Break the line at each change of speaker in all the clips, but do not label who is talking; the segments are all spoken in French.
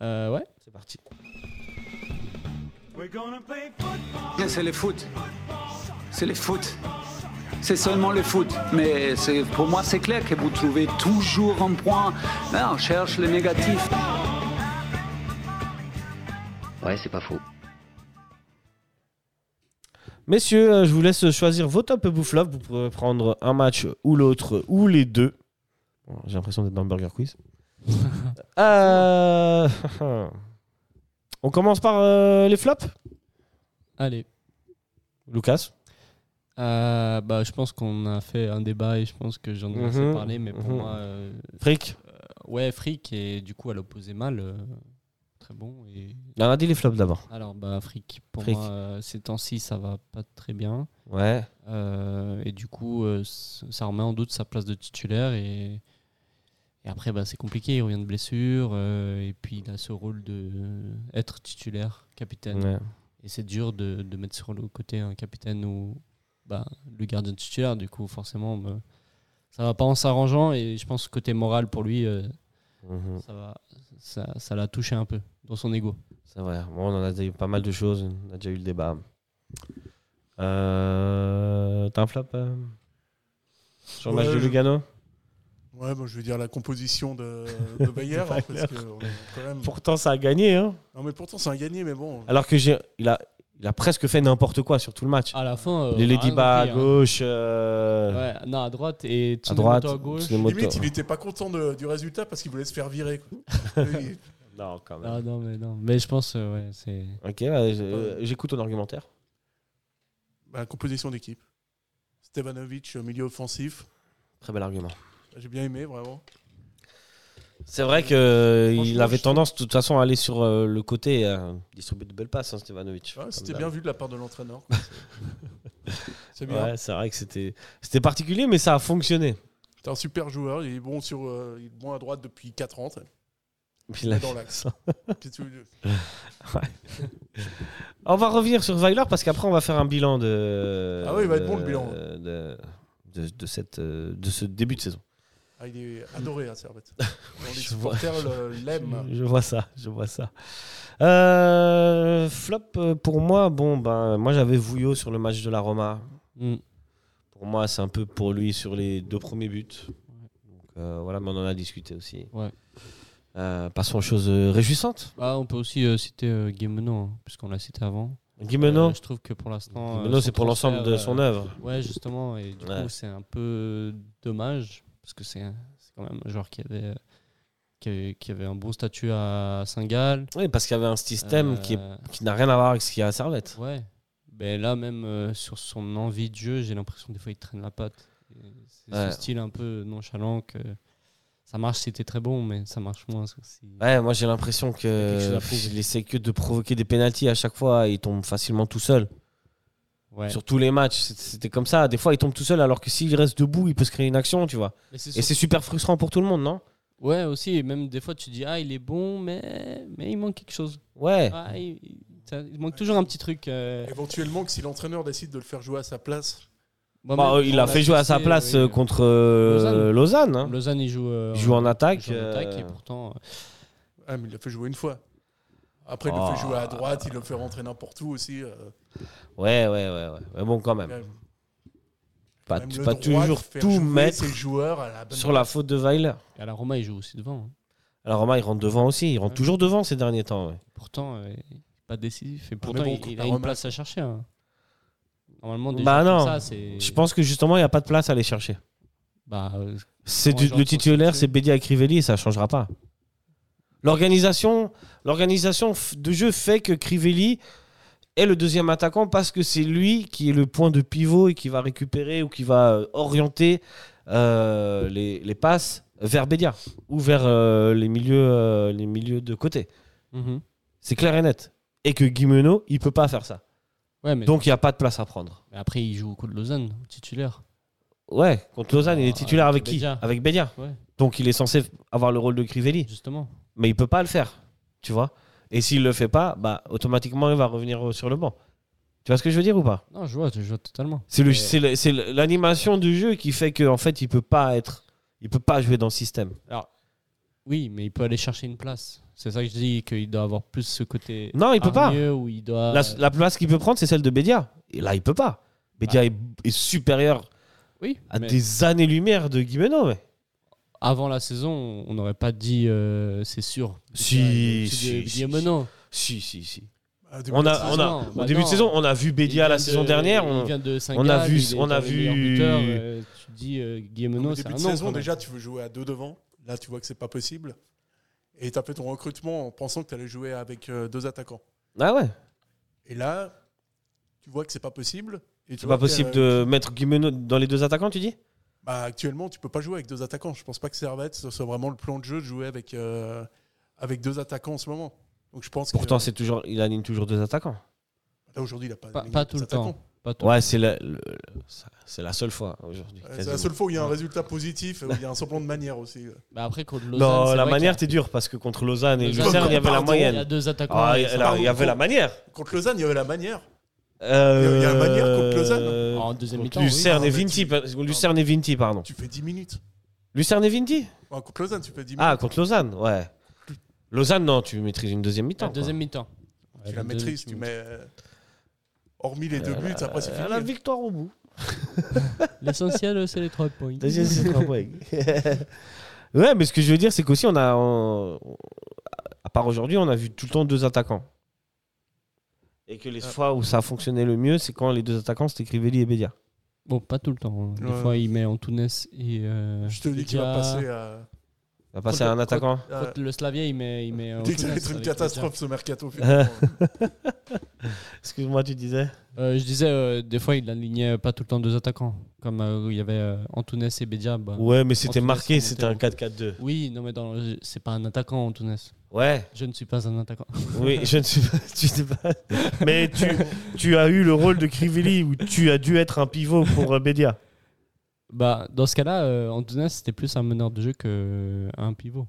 Euh, ouais.
C'est parti.
C'est le foot. C'est le foot. C'est seulement le foot. Mais c'est- pour moi, c'est clair que vous trouvez toujours un point. Là, on cherche le négatif.
Ouais, c'est pas faux.
Messieurs, euh, je vous laisse choisir vos top bouffe love. Vous pouvez prendre un match ou l'autre ou les deux. Bon, J'ai l'impression d'être dans le Burger Quiz. Euh, On commence par euh, les flops.
Allez.
Lucas.
Euh, bah, je pense qu'on a fait un débat et je pense que j'en ai
Mhm,
assez parlé, mais pour
mhm.
moi, euh,
Frick.
ouais, Frick et du coup, à l'opposé mal, euh, très bon. Et...
On a dit les flops d'abord.
Alors, bah, Frick, pour
Frick.
moi, euh, ces temps-ci, ça va pas très bien.
Ouais.
Euh, et du coup, euh, c- ça remet en doute sa place de titulaire. Et, et après, bah, c'est compliqué. Il revient de blessure. euh, et puis, il a ce rôle de euh, être titulaire, capitaine.
Ouais.
Et c'est dur de, de mettre sur le côté un capitaine ou bah, le gardien titulaire. Du coup, forcément, bah, ça va pas en s'arrangeant. Et je pense que côté moral, pour lui, euh,
Mhm.
ça va, ça, ça l'a touché un peu dans son ego.
C'est vrai. Bon, on en a dit pas mal de choses. On a déjà eu le débat. Euh, T'as un flop euh, sur le
Ouais,
match de
je-
Lugano
Ouais, bon, je vais dire la composition de, de Bayer. hein, parce que on est quand même-
Pourtant, ça a gagné. Hein.
Non, mais pourtant, c'est un gagné, mais bon.
Alors que j'ai, il a, il a presque fait n'importe quoi sur tout le match.
À la fin,
Euh,
euh,
les Ladyba
hein.
à gauche, euh,
hein. Ouais, non, à droite et
à droite,
à gauche.
Tsunemoto.
Limite, il n'était pas content de- du résultat parce qu'il voulait se faire virer. quoi. Et-
Non, quand même.
Ah non, mais non. Mais je pense, euh, ouais, c'est.
Ah.
Ok, bah, je- euh, j'écoute ton argumentaire.
bah, composition d'équipe. Stevanovic, euh, milieu offensif.
Très bel argument.
J'ai bien aimé, vraiment.
C'est vrai que euh, il
Franchement,
avait
je
tendance, de toute façon, à aller sur euh, le côté et à distribuer de belles passes, hein, Stevanovic.
Ouais,
Comme
Ah, C'était
d'hab.
bien vu de la part de l'entraîneur. quoi. C'est- C'est bien.
Ouais, c'est vrai que c'était, c'était particulier, mais ça a fonctionné.
T'es un super joueur. Il est bon, sur, euh, il est bon à droite depuis 4 ans. ça.
Il a
Dans
fait
l'axe.
ça.
Puis tu-
On va revenir sur Weiler parce qu'après, on va faire un bilan de.
Ah oui, il va être
de-
bon, le bilan.
De, de, de cette, euh, de ce début de saison.
Ah, il est adoré à Servette. Dans les
Je vois.
supporters le- l'aiment.
Je, je vois ça, je vois ça. Euh, flop euh, pour moi, bon ben moi j'avais Vouillot sur le match de la Roma.
Mm.
Pour moi, c'est un peu pour lui sur les deux premiers buts. Donc, euh, voilà, mais on en a discuté aussi.
Ouais.
Euh, passons aux choses euh, réjouissantes.
Ah, on peut aussi euh, citer euh, Guémeneau, hein, puisqu'on l'a cité avant.
Guimeno,
Euh, je trouve que pour l'instant. euh,
Guimeno,
son
c'est pour l'ensemble de
transfert,
son
euh,
œuvre.
Ouais, justement. Et du
Ouais.
coup, c'est un peu dommage, parce que c'est c'est quand même un joueur qui avait, euh, qui avait, qui avait un bon statut à Saint-Gall.
Oui, parce qu'il y avait un système
Euh,
qui, est- qui n'a rien à voir avec ce qu'il y a à Servette.
Ouais. Mais là, même euh, sur son envie de jeu, j'ai l'impression que des fois, il traîne la patte. Et C'est
Ouais.
ce style un peu nonchalant que. Ça marche si t'es très bon, mais ça marche moins. si-
Ouais, moi j'ai l'impression
quelque chose
que
à prouver.
il essaie que de provoquer des pénalties à chaque fois. Il tombe facilement tout seul.
Ouais.
sur tous les matchs. c'est- C'était comme ça. Des fois, il tombe tout seul, alors que s'il reste debout, il peut se créer une action, tu vois.
Mais c'est
Et c'est super frustrant pour tout le monde, non
Ouais, aussi, et même des fois tu dis, ah, il est bon, mais, mais il manque quelque chose.
Ouais.
Ah, il... il- ça- il manque toujours un petit truc. euh,
Éventuellement, que si l'entraîneur décide de le faire jouer à sa place,
moi,
Bah,
même,
euh, il
on
a fait jouer à sa
testé,
place
oui.
euh, contre euh, Lausanne. hein.
Lausanne, il joue, euh,
Il joue en
il
attaque.
joue en attaque,
euh,
et pourtant.
ah, mais il le fait jouer une fois. Après, il
Oh.
le fait jouer à droite, il le fait rentrer n'importe où aussi. euh,
Ouais, ouais, ouais, ouais. Mais bon, quand même.
même-
Pas,
même
tu-
le
pas
droit de
toujours
faire
tout
jouer
mettre
ses joueurs à la bonne
sur la faute de Weiler.
euh, à la Roma, il joue aussi devant. hein.
Alors, Romain, il rentre devant aussi. Il rentre
Ouais.
toujours devant ces derniers temps. ouais.
Pourtant, euh, il est pas décisif. Et
mais
pourtant,
bon,
il, il
la
a une
Roma-
place à chercher. hein. Normalement, des
Bah
joueurs comme
non.
ça, c'est.
Je pense que justement, il n'y a pas de place à aller chercher.
Bah, euh,
C'est
Ouais,
du-
genre
le
sur
titulaire,
City.
c'est Bédia et Crivelli, et ça changera pas. L'organisation, l'organisation f- de jeu fait que Crivelli est le deuxième attaquant parce que c'est lui qui est le point de pivot et qui va récupérer ou qui va euh, orienter euh, les, les passes vers Bédia ou vers euh, les milieux euh, les milieux de côté.
mhm.
C'est clair et net. Et que Guimeno, il peut pas faire ça.
ouais, mais,
Donc il n'y a pas de place à prendre.
mais après, il joue au coup de Lausanne, titulaire.
Ouais, contre Lausanne, il est
Ah,
titulaire avec,
avec
qui
Bedia.
Avec Bédia.
Ouais.
Donc il est censé avoir le rôle de Crivelli.
Justement.
mais il peut pas le faire, tu vois. Et s'il le fait pas, bah automatiquement il va revenir euh, sur le banc. Tu vois ce que je veux dire ou pas
Non, je vois, je vois totalement.
C'est le,
Ouais.
c'est le- c'est le- l'animation du jeu qui fait que en fait il peut pas être, il peut pas jouer dans le système.
Oui, mais il peut aller chercher une place. C'est ça que je dis, qu'il doit avoir plus ce côté.
Non, il peut pas.
hargneux Où il doit...
La, la place qu'il peut prendre, c'est celle de Bédia. Et là, il peut pas. Bédia est, est supérieur
Oui,
à
mais
des années-lumière de Guimeno. Mais.
avant la saison, on n'aurait pas dit euh, c'est sûr.
Si,
Il est au-dessus
si,
de
si,
Guillemenon.
Si, si, si.
Ah, début
On
de
a,
saison.
on a,
non,
au
bah
début
non.
de saison, on a vu Bédia
Il
la
vient
saint
de-
dernière.
il
on-
vient de
on a
Saint-Gall,
vu-
il est
on a
parmi les meilleurs
vu-
buteurs, euh, tu dis euh, Guillemenon,
Au
c'est
début
un
de
nom, quand
saison,
même.
déjà, tu veux jouer à deux devant. Là, tu vois que c'est pas possible. Et tu as fait ton recrutement en pensant que tu allais jouer avec euh, deux attaquants.
Ah ouais.
Et là, tu vois que c'est pas possible. et tu
C'est
vois
pas
que,
possible
euh,
de mettre Guimeno dans les deux attaquants, tu dis
bah, actuellement, tu peux pas jouer avec deux attaquants. Je pense pas que Servette, ce soit vraiment le plan de jeu de jouer avec, euh, avec deux attaquants en ce moment. Donc je pense
Pourtant,
que
c'est toujours, il anime toujours deux attaquants.
là aujourd'hui, il a pas,
Pas-
mis
pas
deux
tout le
attaquants.
Pas toi.
Ouais, c'est la, le- le- ça- c'est la seule fois hein, aujourd'hui.
Euh, C'est
quasiment.
la seule fois où il y a un résultat positif, et où il y a un semblant de manière aussi.
Bah après, contre Lausanne,
Non,
c'est
la
vrai
manière, t'es
qu'il
dur parce que contre Lausanne
y a-
et
Lausanne,
Lucerne, il y avait la
pardon,
Il y a
moyenne.
deux attaquants.
Ah,
et
il y a
ça
la-
va.
il y avait la manière.
Contre Lausanne, il y avait la manière.
Euh,
Il y a- il y a la manière contre Lausanne.
euh,
En deuxième mi-temps, oui.
Lucerne
oui.
et
Ah, mais
Vinti,
tu-
par- Lucerne et Vinti, pardon.
Tu fais 10 minutes.
Lucerne et Vinti
Enfin, contre Lausanne, tu fais 10 minutes.
Ah, contre Lausanne, ouais. Lausanne, non, tu maîtrises une deuxième
La
mi-temps. quoi.
deuxième mi-temps.
tu la maîtrises, tu mets. euh, Hormis les deux buts, après c'est
Euh, La
fini. hein.
victoire au bout.
L'essentiel, c'est les trois points.
Deuxième, c'est trois points. ouais, mais ce que je veux dire, c'est qu'aussi, on a. on- À part aujourd'hui, on a vu tout le temps deux attaquants. Et que les fois où ça fonctionnait le mieux, c'est quand les deux attaquants, c'était Crivelli et Bédia.
Bon, pas tout le temps. hein. Des
Ouais.
fois, il met Antunes et. euh,
Je te dis qu'il va
Bedia.
passer euh, à.
On va passer à un
Contre-
attaquant.
à-
Contre le Slavia, il met. Il met
euh, Dès que ça va
Antunes
être une
avec Bedia.
catastrophe ce mercato. finalement.
Excuse-moi, tu disais
Euh, je disais, euh, des fois, il alignait pas tout le temps deux attaquants. Comme euh, il y avait euh, Antunes et Bedia. bah,
Ouais, mais c'était
Antunes,
marqué,
c'est
c'était un 4-4-2.
Oui, non, mais dans le- c'est pas un attaquant, Antunes.
Ouais,
Je ne suis pas un attaquant.
oui, je ne sais pas. Tu sais pas. Mais tu, tu as eu le rôle de Crivelli où tu as dû être un pivot pour euh, Bédia.
Bah, dans ce cas-là, euh, Antunes, c'était plus un meneur de jeu qu'un pivot.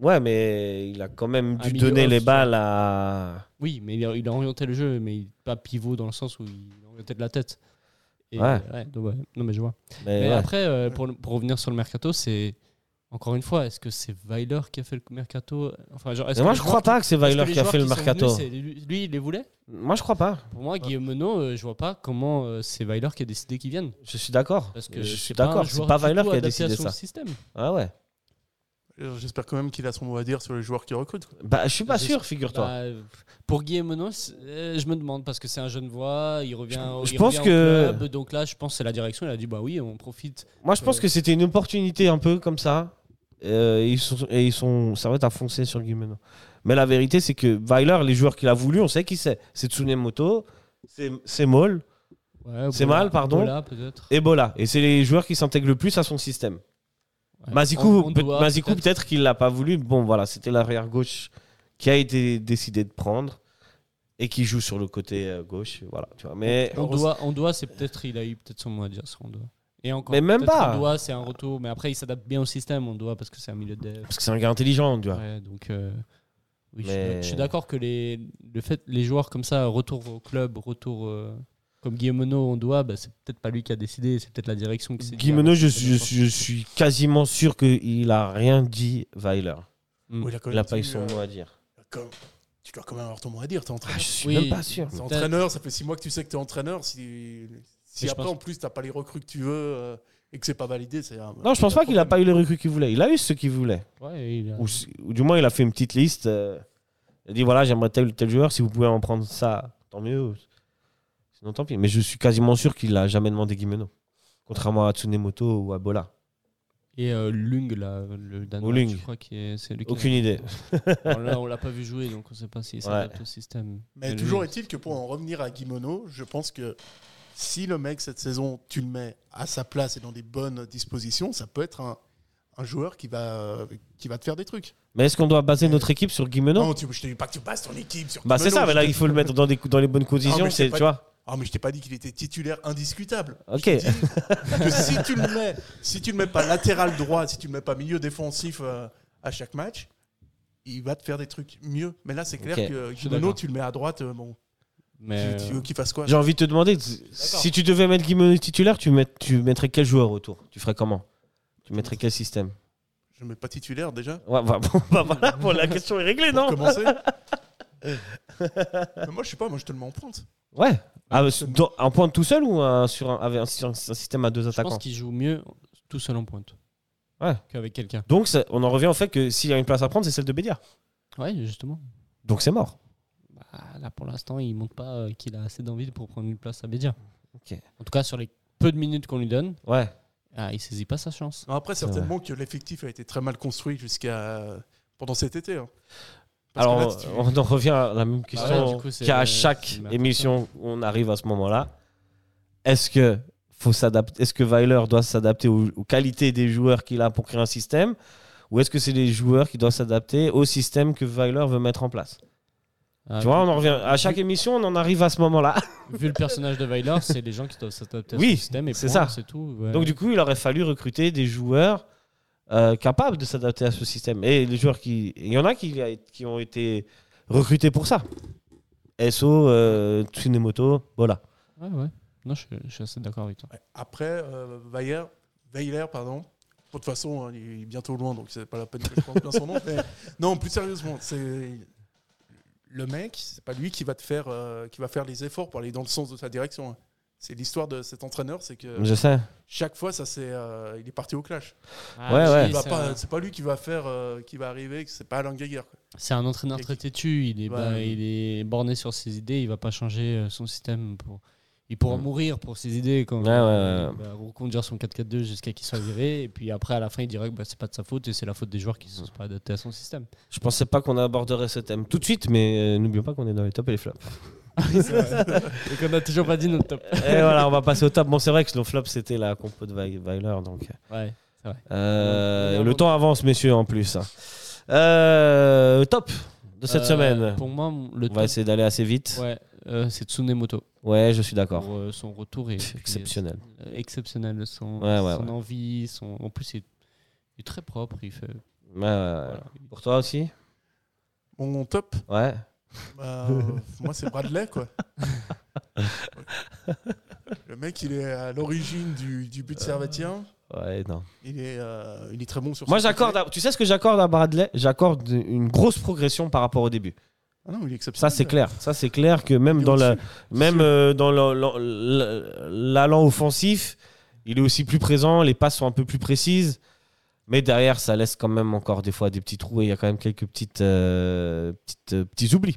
Ouais, mais il a quand même
Un
dû
milieu
donner
off,
les
ça.
balles à.
Oui, mais il a, il a orienté le jeu, mais il- pas pivot dans le sens où il orientait de la tête. Et,
Ouais.
euh, donc, ouais. Non, mais je vois.
Mais
Mais
ouais.
après, euh, pour, le- pour revenir sur le mercato, c'est. Encore une fois, est-ce que c'est Weiler qui a fait le mercato enfin, genre, est-ce
Mais
que
moi,
les
je
joueurs
crois
qui-
pas que c'est
est-ce que
Weiler
les
qui a
joueurs
fait le
sont venus,
mercato.
c'est lui, lui, il les voulait
Moi, je crois pas.
Pour moi, Guillaume Menot, euh, je vois pas comment euh, c'est Weiler qui a décidé qu'il vienne.
Je suis d'accord.
Parce que
Je
c'est
suis
pas un
d'accord. C'est
joueur
pas
du
Weiler
tout
qui a
adapté à
décidé
son
ça.
système.
Ah ouais.
Euh, J'espère quand même qu'il a son mot à dire sur les joueurs qu'il recrute. quoi.
Bah, je suis pas
Je-
sûr, figure-toi.
Bah, euh, pour Guillaume Menot, c'est- euh, je me demande parce que c'est un jeune voix, il revient, au-
je
il
pense
revient
que-
au club, donc là, je pense que c'est la direction. Elle a dit bah oui, on profite.
Moi, je pense
euh,
que c'était une opportunité un peu comme ça. Euh, ils sont, et ils sont, ça va être à foncer sur Guimeno. Mais la vérité, c'est que Weiler, les joueurs qu'il a voulu, on sait qui c'est. C'est Tsunemoto, c'est- c'est Maul, C'est
Bola-
mal, pardon.
Bola, peut-être.
Ebola. Et c'est les joueurs qui s'intègrent le plus à son système.
Ouais. On-
Mazikou,
on
peut-
doit
Mazikou,
peut-être-
peut-être qu'il l'a pas voulu. Bon, voilà, c'était l'arrière gauche qui a été décidé de prendre et qui joue sur le côté euh, gauche. Voilà, tu vois. Mais
On doit, on doit, c'est peut-être, il a eu peut-être son mot à dire sur on doit. Et encore,
Mais même
peut-être
pas.
On doit, c'est un retour, mais après il s'adapte bien au système. On doit parce que c'est un milieu de dev.
parce que c'est un gars intelligent, tu vois.
Ouais, donc euh, oui, je suis
Mais-
d'ac- je suis d'accord que les, le fait, les joueurs comme ça, retour au club, retour euh, comme Guillaume on doit, bah, c'est peut-être pas lui qui a décidé, c'est peut-être la direction qui s'est dit, ah,
Guimeno,
bah,
je,
c'est
suis- je,
bon.
suis- je suis quasiment sûr qu'il a rien dit, Weiler.
Mm.
il a quand
Il a
même
pas eu
dit,
son
euh,
mot à dire.
comme- Tu dois quand même avoir ton mot à dire. T'es
Ah,
entraîneur.
je suis
Oui.
même pas sûr.
T'es
peut-être.
entraîneur, ça fait 6 mois que tu sais que t'es entraîneur. Si, si
Mais je
après
pense-
en plus t'as pas les recrues que tu veux euh, et que c'est pas validé, c'est. un-
Non, je pense
un
pas qu'il a pas
problème.
eu les recrues qu'il voulait. Il a eu ce qu'il voulait.
Ouais, il a-
Ou, si- ou du moins, il a fait une petite liste. euh, il a dit voilà, j'aimerais tel ou tel joueur. Si vous pouvez en prendre ça, tant mieux. Sinon, tant pis. Mais je suis quasiment sûr qu'il a jamais demandé Guimeno. Contrairement à Tsunemoto ou à Bola.
Et euh, Lung, là, le Danois,
Lung.
je crois que est, c'est lui qui
Aucune idée.
Bon, là, on l'a pas vu jouer, donc on sait pas s'il s'adapte au système.
Mais
Et
toujours
Lung,
est-il que pour en revenir à Guimono, je pense que si le mec cette saison, tu le mets à sa place et dans des bonnes dispositions, ça peut être un, un joueur qui va, euh, qui va te faire des trucs.
Mais est-ce qu'on doit baser
Euh,
notre équipe sur Guimeno
Non, tu, je te dis pas que tu passes ton équipe sur
Ah Bah, c'est
Guimeno,
ça. Mais
je
là,
te-
il faut le mettre dans, des, dans les bonnes
Non,
conditions.
mais je sais
c'est-
pas-
Tu vois
Ah, mais je t'ai pas dit qu'il était titulaire indiscutable.
Ok.
Je t'ai dit que si tu le mets, si tu le mets pas latéral droit, si tu le mets pas milieu défensif euh, à chaque match, il va te faire des trucs mieux. Mais là, c'est clair
Ok,
que
suis
Guimono,
d'accord.
tu le mets à droite, euh, bon,
Mais
tu, tu
euh,
veux qu'il fasse quoi
J'ai envie de te demander, si tu devais mettre Guimeno titulaire, tu, met- tu mettrais quel joueur autour Tu ferais comment Tu mettrais quel système
Je mets pas titulaire déjà
Ouais, bah, bon, bah, voilà, bon, la question est réglée,
pour
non
commencer. Mais moi, je sais pas, moi je te le mets en pointe.
Ouais. Ah, bah, dans- en pointe tout seul ou euh, sur, un, avec un, sur un système à deux
Je pense
attaquants
qu'il joue mieux tout seul en pointe
Ouais.
qu'avec quelqu'un.
Donc ça- on en revient au fait que s'il y a une place à prendre, c'est celle de Bédia.
Ouais, justement.
Donc c'est mort.
Bah, là, pour l'instant, il montre pas euh, qu'il a assez d'envie pour prendre une place à Bédia.
Ok.
En tout cas, sur les peu de minutes qu'on lui donne,
Ouais.
ah, il saisit pas sa chance.
Non, après,
C'est
certainement que l'effectif a été très mal construit jusqu'à euh, pendant cet été. hein. Parce que
Alors
là, tu-
on en revient à la même
Bah
question
ouais, du coup, c'est-
qu'à
c'est
chaque
une merde.
émission où on arrive à ce moment-là. Est-ce que faut s'adapter Est-ce que Weiler doit s'adapter aux, aux qualités des joueurs qu'il a pour créer un système ou est-ce que c'est les joueurs qui doivent s'adapter au système que Weiler veut mettre en place
Ah,
Tu vois, on en revient à chaque émission, on en arrive à ce moment-là.
Ah, Vu le personnage de Weiler, c'est les gens qui doivent s'adapter à
Oui,
son système et
c'est
point,
ça.
C'est tout. ouais.
Donc du coup, il aurait fallu recruter des joueurs euh, capables de s'adapter à ce système. Et les joueurs qui, il y en a qui, qui ont été recrutés pour ça. SO, euh, Tsunemoto, voilà.
Ouais, ouais. Non, je, je suis assez d'accord avec toi.
Ouais. Après, euh, Weiler, Weiler, pardon. Bon, De toute façon, hein, il est bientôt loin, donc c'est pas la peine que je prenne bien son nom. mais- Non, plus sérieusement, c'est le mec, c'est pas lui qui va te faire, euh, qui va faire les efforts pour aller dans le sens de sa direction. hein. C'est l'histoire de cet entraîneur, c'est que
Je sais.
chaque fois, ça c'est, euh, il est parti au clash.
Ouais,
oui,
ouais.
Il va
c'est
pas-
un-
Ah, C'est pas lui qui va faire, euh, qui va arriver, que c'est pas Alain Geiger. quoi.
C'est un entraîneur très têtu. Il est,
Ouais.
bah, il est borné sur ses idées. Il va pas changer euh, son système. Pour... Il pourra
Mm.
mourir pour ses idées quand
Ouais, ouais, ouais.
il va reconduire son 4-4-2 jusqu'à qu'il soit viré. Et puis après, à la fin, il dira que bah, c'est pas de sa faute et c'est la faute des joueurs qui se sont pas adaptés à son système.
Je pensais pas qu'on aborderait ce thème tout de suite, mais euh, n'oublions pas qu'on est dans les tops et les flops.
et qu'on a toujours pas dit notre top.
et voilà, on va passer au top. Bon, c'est vrai que le flop, c'était la compo de Wei- Weiler, donc.
Ouais.
euh,
Ouais, on est
le
en-
temps avance, messieurs, en plus. Euh, top de cette
Euh,
semaine.
Pour moi, le
On va
top,
essayer d'aller assez vite. Ouais,
ouais, euh, c'est Tsunemoto.
je suis d'accord.
Pour, euh, son retour est
Pff, Exceptionnel.
euh, exceptionnel. Son,
Ouais, ouais,
son
ouais.
envie, son... en plus, il est, il est très propre. Il fait.
Ouais, ouais, ouais.
voilà.
euh, Pour toi aussi
Mon top,
Ouais.
bah, euh, moi c'est Bradley quoi. Le mec, il est à l'origine du, du
Euh.
but servetien.
Ouais, non.
Il est, euh, il est très bon sur.
Moi,
son
j'accorde.
côté.
à- Tu sais ce que j'accorde à Bradley J'accorde une grosse progression par rapport au début.
Ah non, il est
Ça,
exceptionnel.
c'est clair. Ça, c'est clair que même dans la, même euh, dans le- le- le- l'allant offensif, il est aussi plus présent. Les passes sont un peu plus précises. Mais derrière, ça laisse quand même encore des fois des petits trous et il y a quand même quelques petites, euh, petites, euh, petits oublis.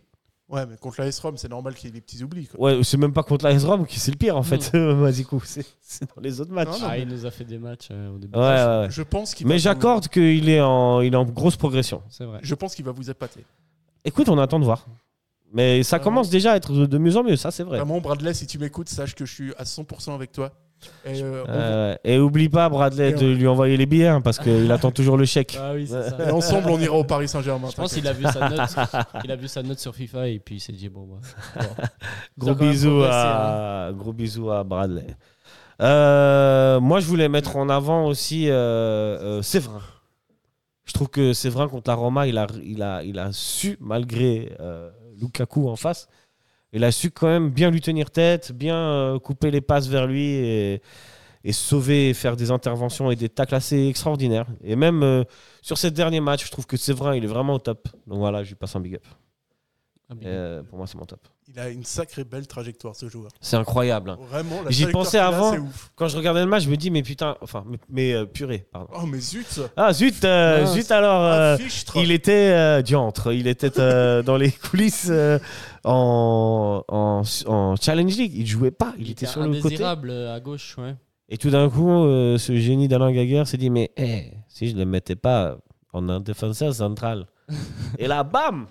Ouais, mais contre la S-ROM, c'est normal qu'il y ait des petits oublis. Quoi.
Ouais, c'est même pas contre la S-ROM qui c'est le pire en fait. Vas-y, coup, c'est c'est dans les autres matchs.
Mm. Non, non,
Ah,
mais-
il nous a fait des matchs euh, au début.
Ouais, ouais, ouais.
Je pense qu'il va
Mais
vous-
j'accorde qu'il est en, il est en grosse progression.
C'est vrai.
Je pense qu'il va vous épater.
Écoute, on attend de voir. Mais ça
Ouais.
commence déjà à être de, de mieux en mieux, ça c'est vrai.
Vraiment, Bradley, si tu m'écoutes, sache que je suis à 100% avec toi. Et, euh, on-
Euh, et oublie pas Bradley
Et on-
de lui envoyer les billets hein, parce qu'il attend toujours le chèque.
Ah oui, c'est
et
ça.
ensemble, on ira au Paris Saint-Germain.
Je pense qu'il a vu sa note. Il a vu sa note sur FIFA et puis il s'est dit bon bah.
Gros
quand même
bisous,
progressé,
à... gros bisous à Bradley. Euh, moi je voulais mettre en avant aussi euh, euh, Séverin. Je trouve que Séverin contre la Roma, il a, il a, il a su, malgré euh, Lukaku en face, il a su quand même bien lui tenir tête, bien euh, couper les passes vers lui et, et sauver, et faire des interventions et des tacles assez extraordinaires. Et même euh, sur ces derniers matchs, je trouve que Séverin, il est vraiment au top. Donc voilà, je lui passe un big up.
ah, mais-
Euh, pour moi, c'est mon top.
Il a une sacrée belle trajectoire, ce joueur.
C'est incroyable. hein.
Vraiment, la
J'y
trajectoire
pensais
qu'il a,
avant.
c'est ouf.
Quand je regardais le match, je me dis, mais putain, enfin, mais, mais, euh, purée, pardon.
Oh, Ah, mais zut
Ah zut, euh,
Mince.
zut alors, euh,
un fichtre.
il était euh, diantre, il était euh, dans les coulisses euh, en, en, en Challenge League, il jouait pas, il, était, sur le côté.
indésirable euh, à gauche, ouais.
Et tout d'un coup, euh, ce génie d'Alain Gaguerre s'est dit, mais eh, si je le mettais pas en un défenseur central. et là, bam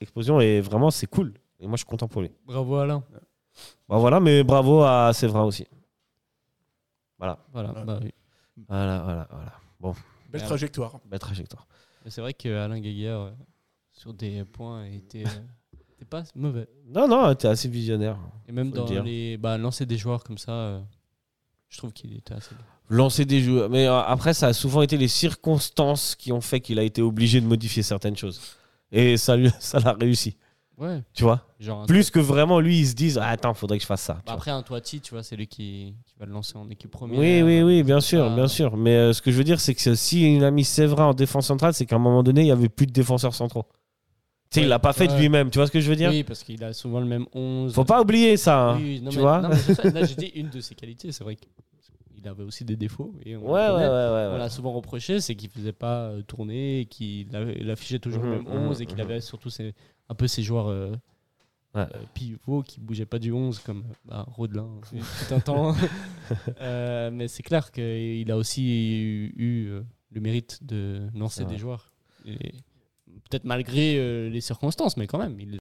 Explosion, et vraiment, c'est cool. Et moi, je suis content pour lui.
Bravo Alain.
Bon, voilà, mais bravo à Séverin aussi.
Voilà.
Ouais.
bah oui.
Voilà, voilà, voilà.
Belle trajectoire.
Belle trajectoire.
Mais c'est vrai que Alain Gaillard euh, sur des points était, euh, était pas mauvais.
Non, non, t'es assez visionnaire.
Et même
Faut le
dans
dire.
les bah, lancer des joueurs comme ça, euh, je trouve qu'il était assez. bon.
lancer des jeux. Mais euh, après, ça a souvent été les circonstances qui ont fait qu'il a été obligé de modifier certaines choses. Et ça lui- ça l'a réussi.
Ouais.
Tu vois
Genre un-
Plus que vraiment, lui, ils se disent ah, Attends, faudrait que je fasse ça. tu
Bah, après, un Toiti, tu vois, c'est lui qui, qui va le lancer en équipe première.
Oui, oui, oui, bien sûr,
Ah.
bien sûr. Mais euh, ce que je veux dire, c'est que c'est- si il a mis Séverin en défense centrale, c'est qu'à un moment donné, il n'y avait plus de défenseurs centraux. Tu sais, il
Ouais,
l'a pas fait de
ouais.
lui-même, tu vois ce que je veux dire
Oui, parce qu'il a souvent le même 11.
Faut pas oublier ça, hein,
Oui, oui, non,
tu
mais-
vois
non, mais c'est ça. Là, j'ai dit une de ses qualités. C'est vrai qu'il avait aussi des défauts. Et on
Ouais, ouais, ouais,
le connaît.
ouais,
On
ouais.
l'a souvent reproché, c'est qu'il faisait pas euh, tourner, et qu'il a- il affichait toujours le
Mhm,
même 11 et
mhm,
qu'il
mhm.
avait surtout ses- un peu ses joueurs euh,
Ouais.
euh, pivots qui bougeaient pas du 11 comme euh, bah, Rodelin euh, tout un temps. Euh, mais c'est clair qu'il a aussi eu, eu, euh, le mérite de lancer
Ouais.
des joueurs. Et Peut-être malgré euh, les circonstances, mais quand même, il